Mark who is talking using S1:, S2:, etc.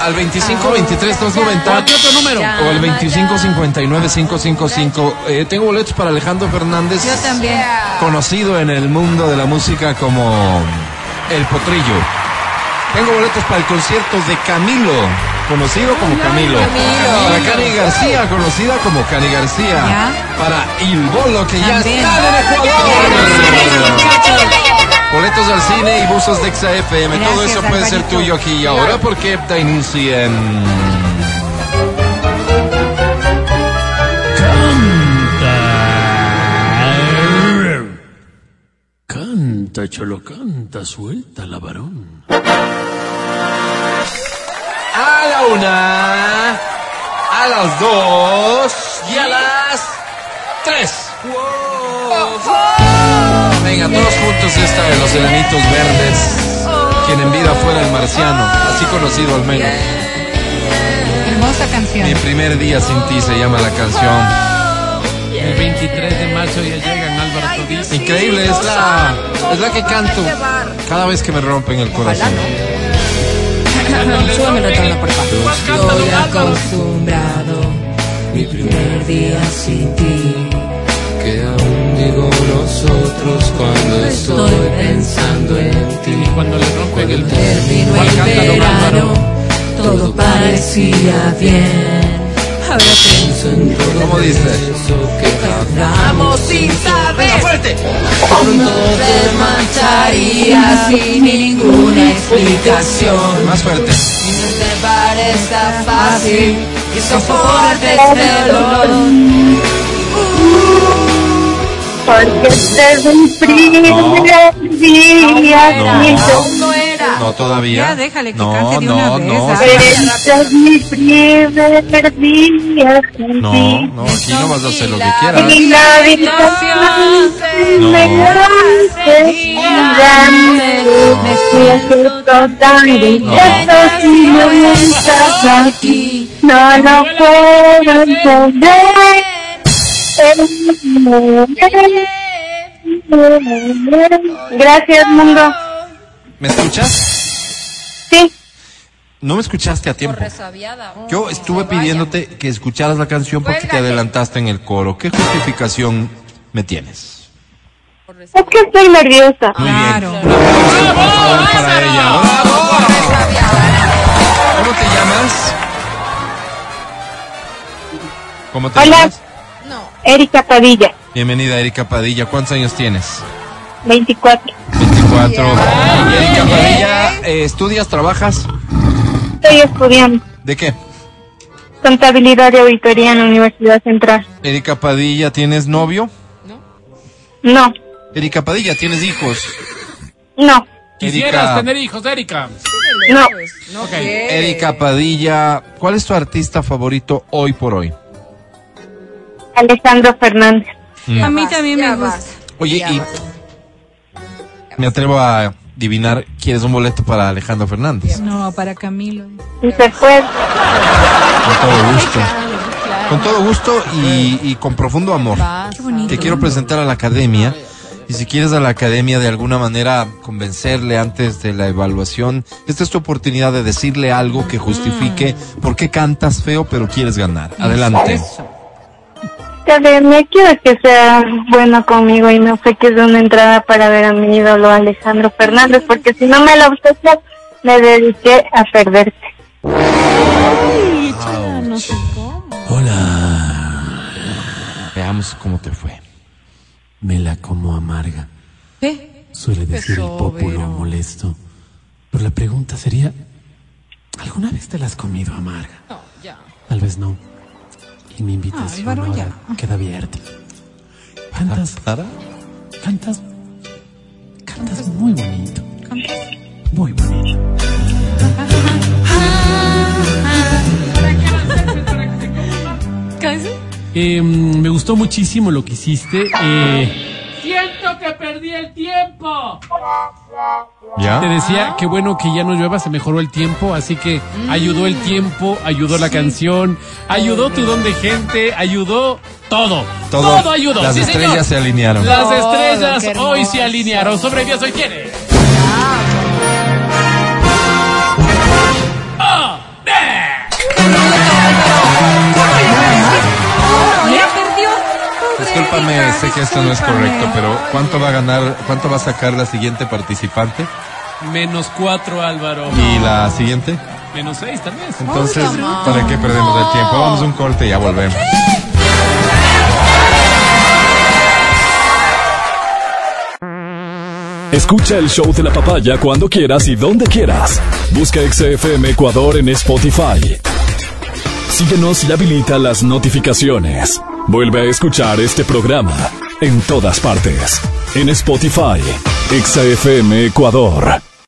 S1: al 25 23 290.
S2: ¿Qué otro número?
S1: O al 25 59 555. Eh, tengo boletos para Alejandro Fernández.
S3: Yo también.
S1: Conocido en el mundo de la música como El Potrillo. Tengo boletos para el concierto de Camilo, conocido como Camilo. Para Cani García, conocida como Cani García. Para Il Bolo, que ya
S3: También.
S1: está en Ecuador. Boletos al cine y buses de XFM. Todo
S3: Gracias,
S1: eso puede ser
S3: Alvarito.
S1: tuyo aquí y ahora porque te anuncian.
S2: Canta. Canta, cholo, canta, suelta la varón.
S1: A la una, a las dos y a las tres. Venga, todos juntos esta de los enanitos verdes. Quien en vida fuera el marciano, así conocido al menos.
S3: Hermosa canción.
S1: Mi primer día sin ti se llama la canción.
S2: El 23 de marzo ya llegan Álvaro Tobías.
S1: Increíble, es la, es la que canto cada vez que me rompen el corazón.
S4: Súbeme el retorno, por favor. Estoy acostumbrado, mi primer día sin ti.
S5: Que aún digo nosotros cuando
S4: Estoy
S5: estoy
S4: pensando en ti.
S2: Cuando le rompen el
S4: Terminó el verano, todo parecía bien. Ahora pienso en
S1: ¿Cómo dice?
S5: eso que
S4: Vamos sin saber. fuerte! No te marcharía sin ninguna explicación.
S1: Más fuerte.
S4: Y no te parezca fácil y soportes el dolor.
S6: Porque este es un primer día. y yo-
S3: No era.
S1: No, todavía.
S3: Ya, déjale que
S1: no,
S3: cante de
S1: no,
S3: una vez,
S1: no,
S3: ah.
S6: Este es mi primer día sin
S1: No,
S6: ti.
S1: no, aquí no vas a hacer lo que quieras.
S6: Y la habitación me hace gigante. Me siento tan inquieto si no estás aquí. No lo puedo entender. Gracias, mundo.
S1: ¿Me escuchas?
S6: Sí,
S1: No me escuchaste a tiempo. Yo estuve pidiéndote que escucharas la canción porque te adelantaste en el coro. ¿Qué justificación me tienes?
S6: es que estoy nerviosa.
S1: Muy
S3: Claro.
S1: bien. Un aplauso, por favor, para ella. ¡Bravo! ¿Cómo te llamas? ¿Cómo te
S6: Hola.
S1: llamas?
S6: Erika Padilla,
S1: Bienvenida, Erika Padilla. ¿Cuántos años tienes?
S6: 24.
S1: 24. Erika Padilla, eh, ¿estudias, trabajas?
S6: Estoy estudiando
S1: ¿De qué?
S6: contabilidad de auditoría en la Universidad Central.
S1: Erika Padilla, ¿tienes novio?
S6: No,
S1: Erika Padilla, ¿tienes hijos?
S6: no,
S2: Quisieras
S1: Erika.
S2: tener hijos, Erika.
S6: no.
S2: Ok.
S1: Erika Padilla, ¿cuál es tu artista favorito hoy por hoy?
S6: Alejandro Fernández.
S3: A mí también me gusta.
S1: Oye, y me atrevo a adivinar, ¿quieres un boleto para Alejandro Fernández?
S3: No, para Camilo.
S6: Y se fue.
S1: Con todo gusto. Con todo gusto y, y con profundo amor.
S3: Qué bonito.
S1: Te quiero presentar a la academia. Y si quieres a la academia de alguna manera convencerle antes de la evaluación, esta es tu oportunidad de decirle algo que justifique
S2: Mm.
S1: por qué cantas feo pero quieres ganar. Adelante.
S6: Academia, quiero que sea bueno conmigo y me ofreques una entrada para ver a mi ídolo Alejandro Fernández, porque si no me lo ofreces, me dediqué a perderte.
S1: Veamos cómo te fue.
S2: Me la como amarga.
S3: ¿Eh?
S2: Suele decir el
S3: Empezó,
S2: populo
S3: Vero.
S2: molesto. Pero la pregunta sería, ¿alguna vez te la has comido amarga? No, ya. Tal vez no. Y mi invitación
S3: Álvaro,
S2: ahora queda abierta. Cantas,
S1: ¿Sara?
S2: cantas, cantas muy bonito. Muy bonito.
S3: ¿Qué?
S2: Eh, mm, me gustó muchísimo lo que hiciste. Eh, Siento que perdí el tiempo.
S1: ¿Ya?
S2: Te decía que bueno que ya no llueva, se mejoró el tiempo, así que
S3: Mm.
S2: ayudó el tiempo, ayudó la canción, ayudó tu don de gente, ayudó todo. Todo,
S1: Todo.
S2: ayudó.
S1: Las
S2: sí,
S1: estrellas
S2: señor.
S1: se alinearon.
S2: Las
S3: Todo, qué
S2: estrellas
S3: hermoso.
S2: hoy se alinearon. Sobre Dios hoy quiere. ¡Oh,
S1: discúlpame, sé que esto no es
S3: discúlpame.
S1: correcto, pero ¿cuánto va a ganar, cuánto va a sacar la siguiente participante?
S2: Menos cuatro, Álvaro.
S1: ¿Y la siguiente?
S2: Menos seis, tal vez.
S1: Entonces, ¿para qué perdemos el tiempo? Vamos a un corte y ya volvemos.
S7: Escucha el show de la papaya cuando quieras y donde quieras. Busca XFM Ecuador en Spotify. Síguenos y habilita las notificaciones. Vuelve a escuchar este programa en todas partes. En Spotify, XFM Ecuador.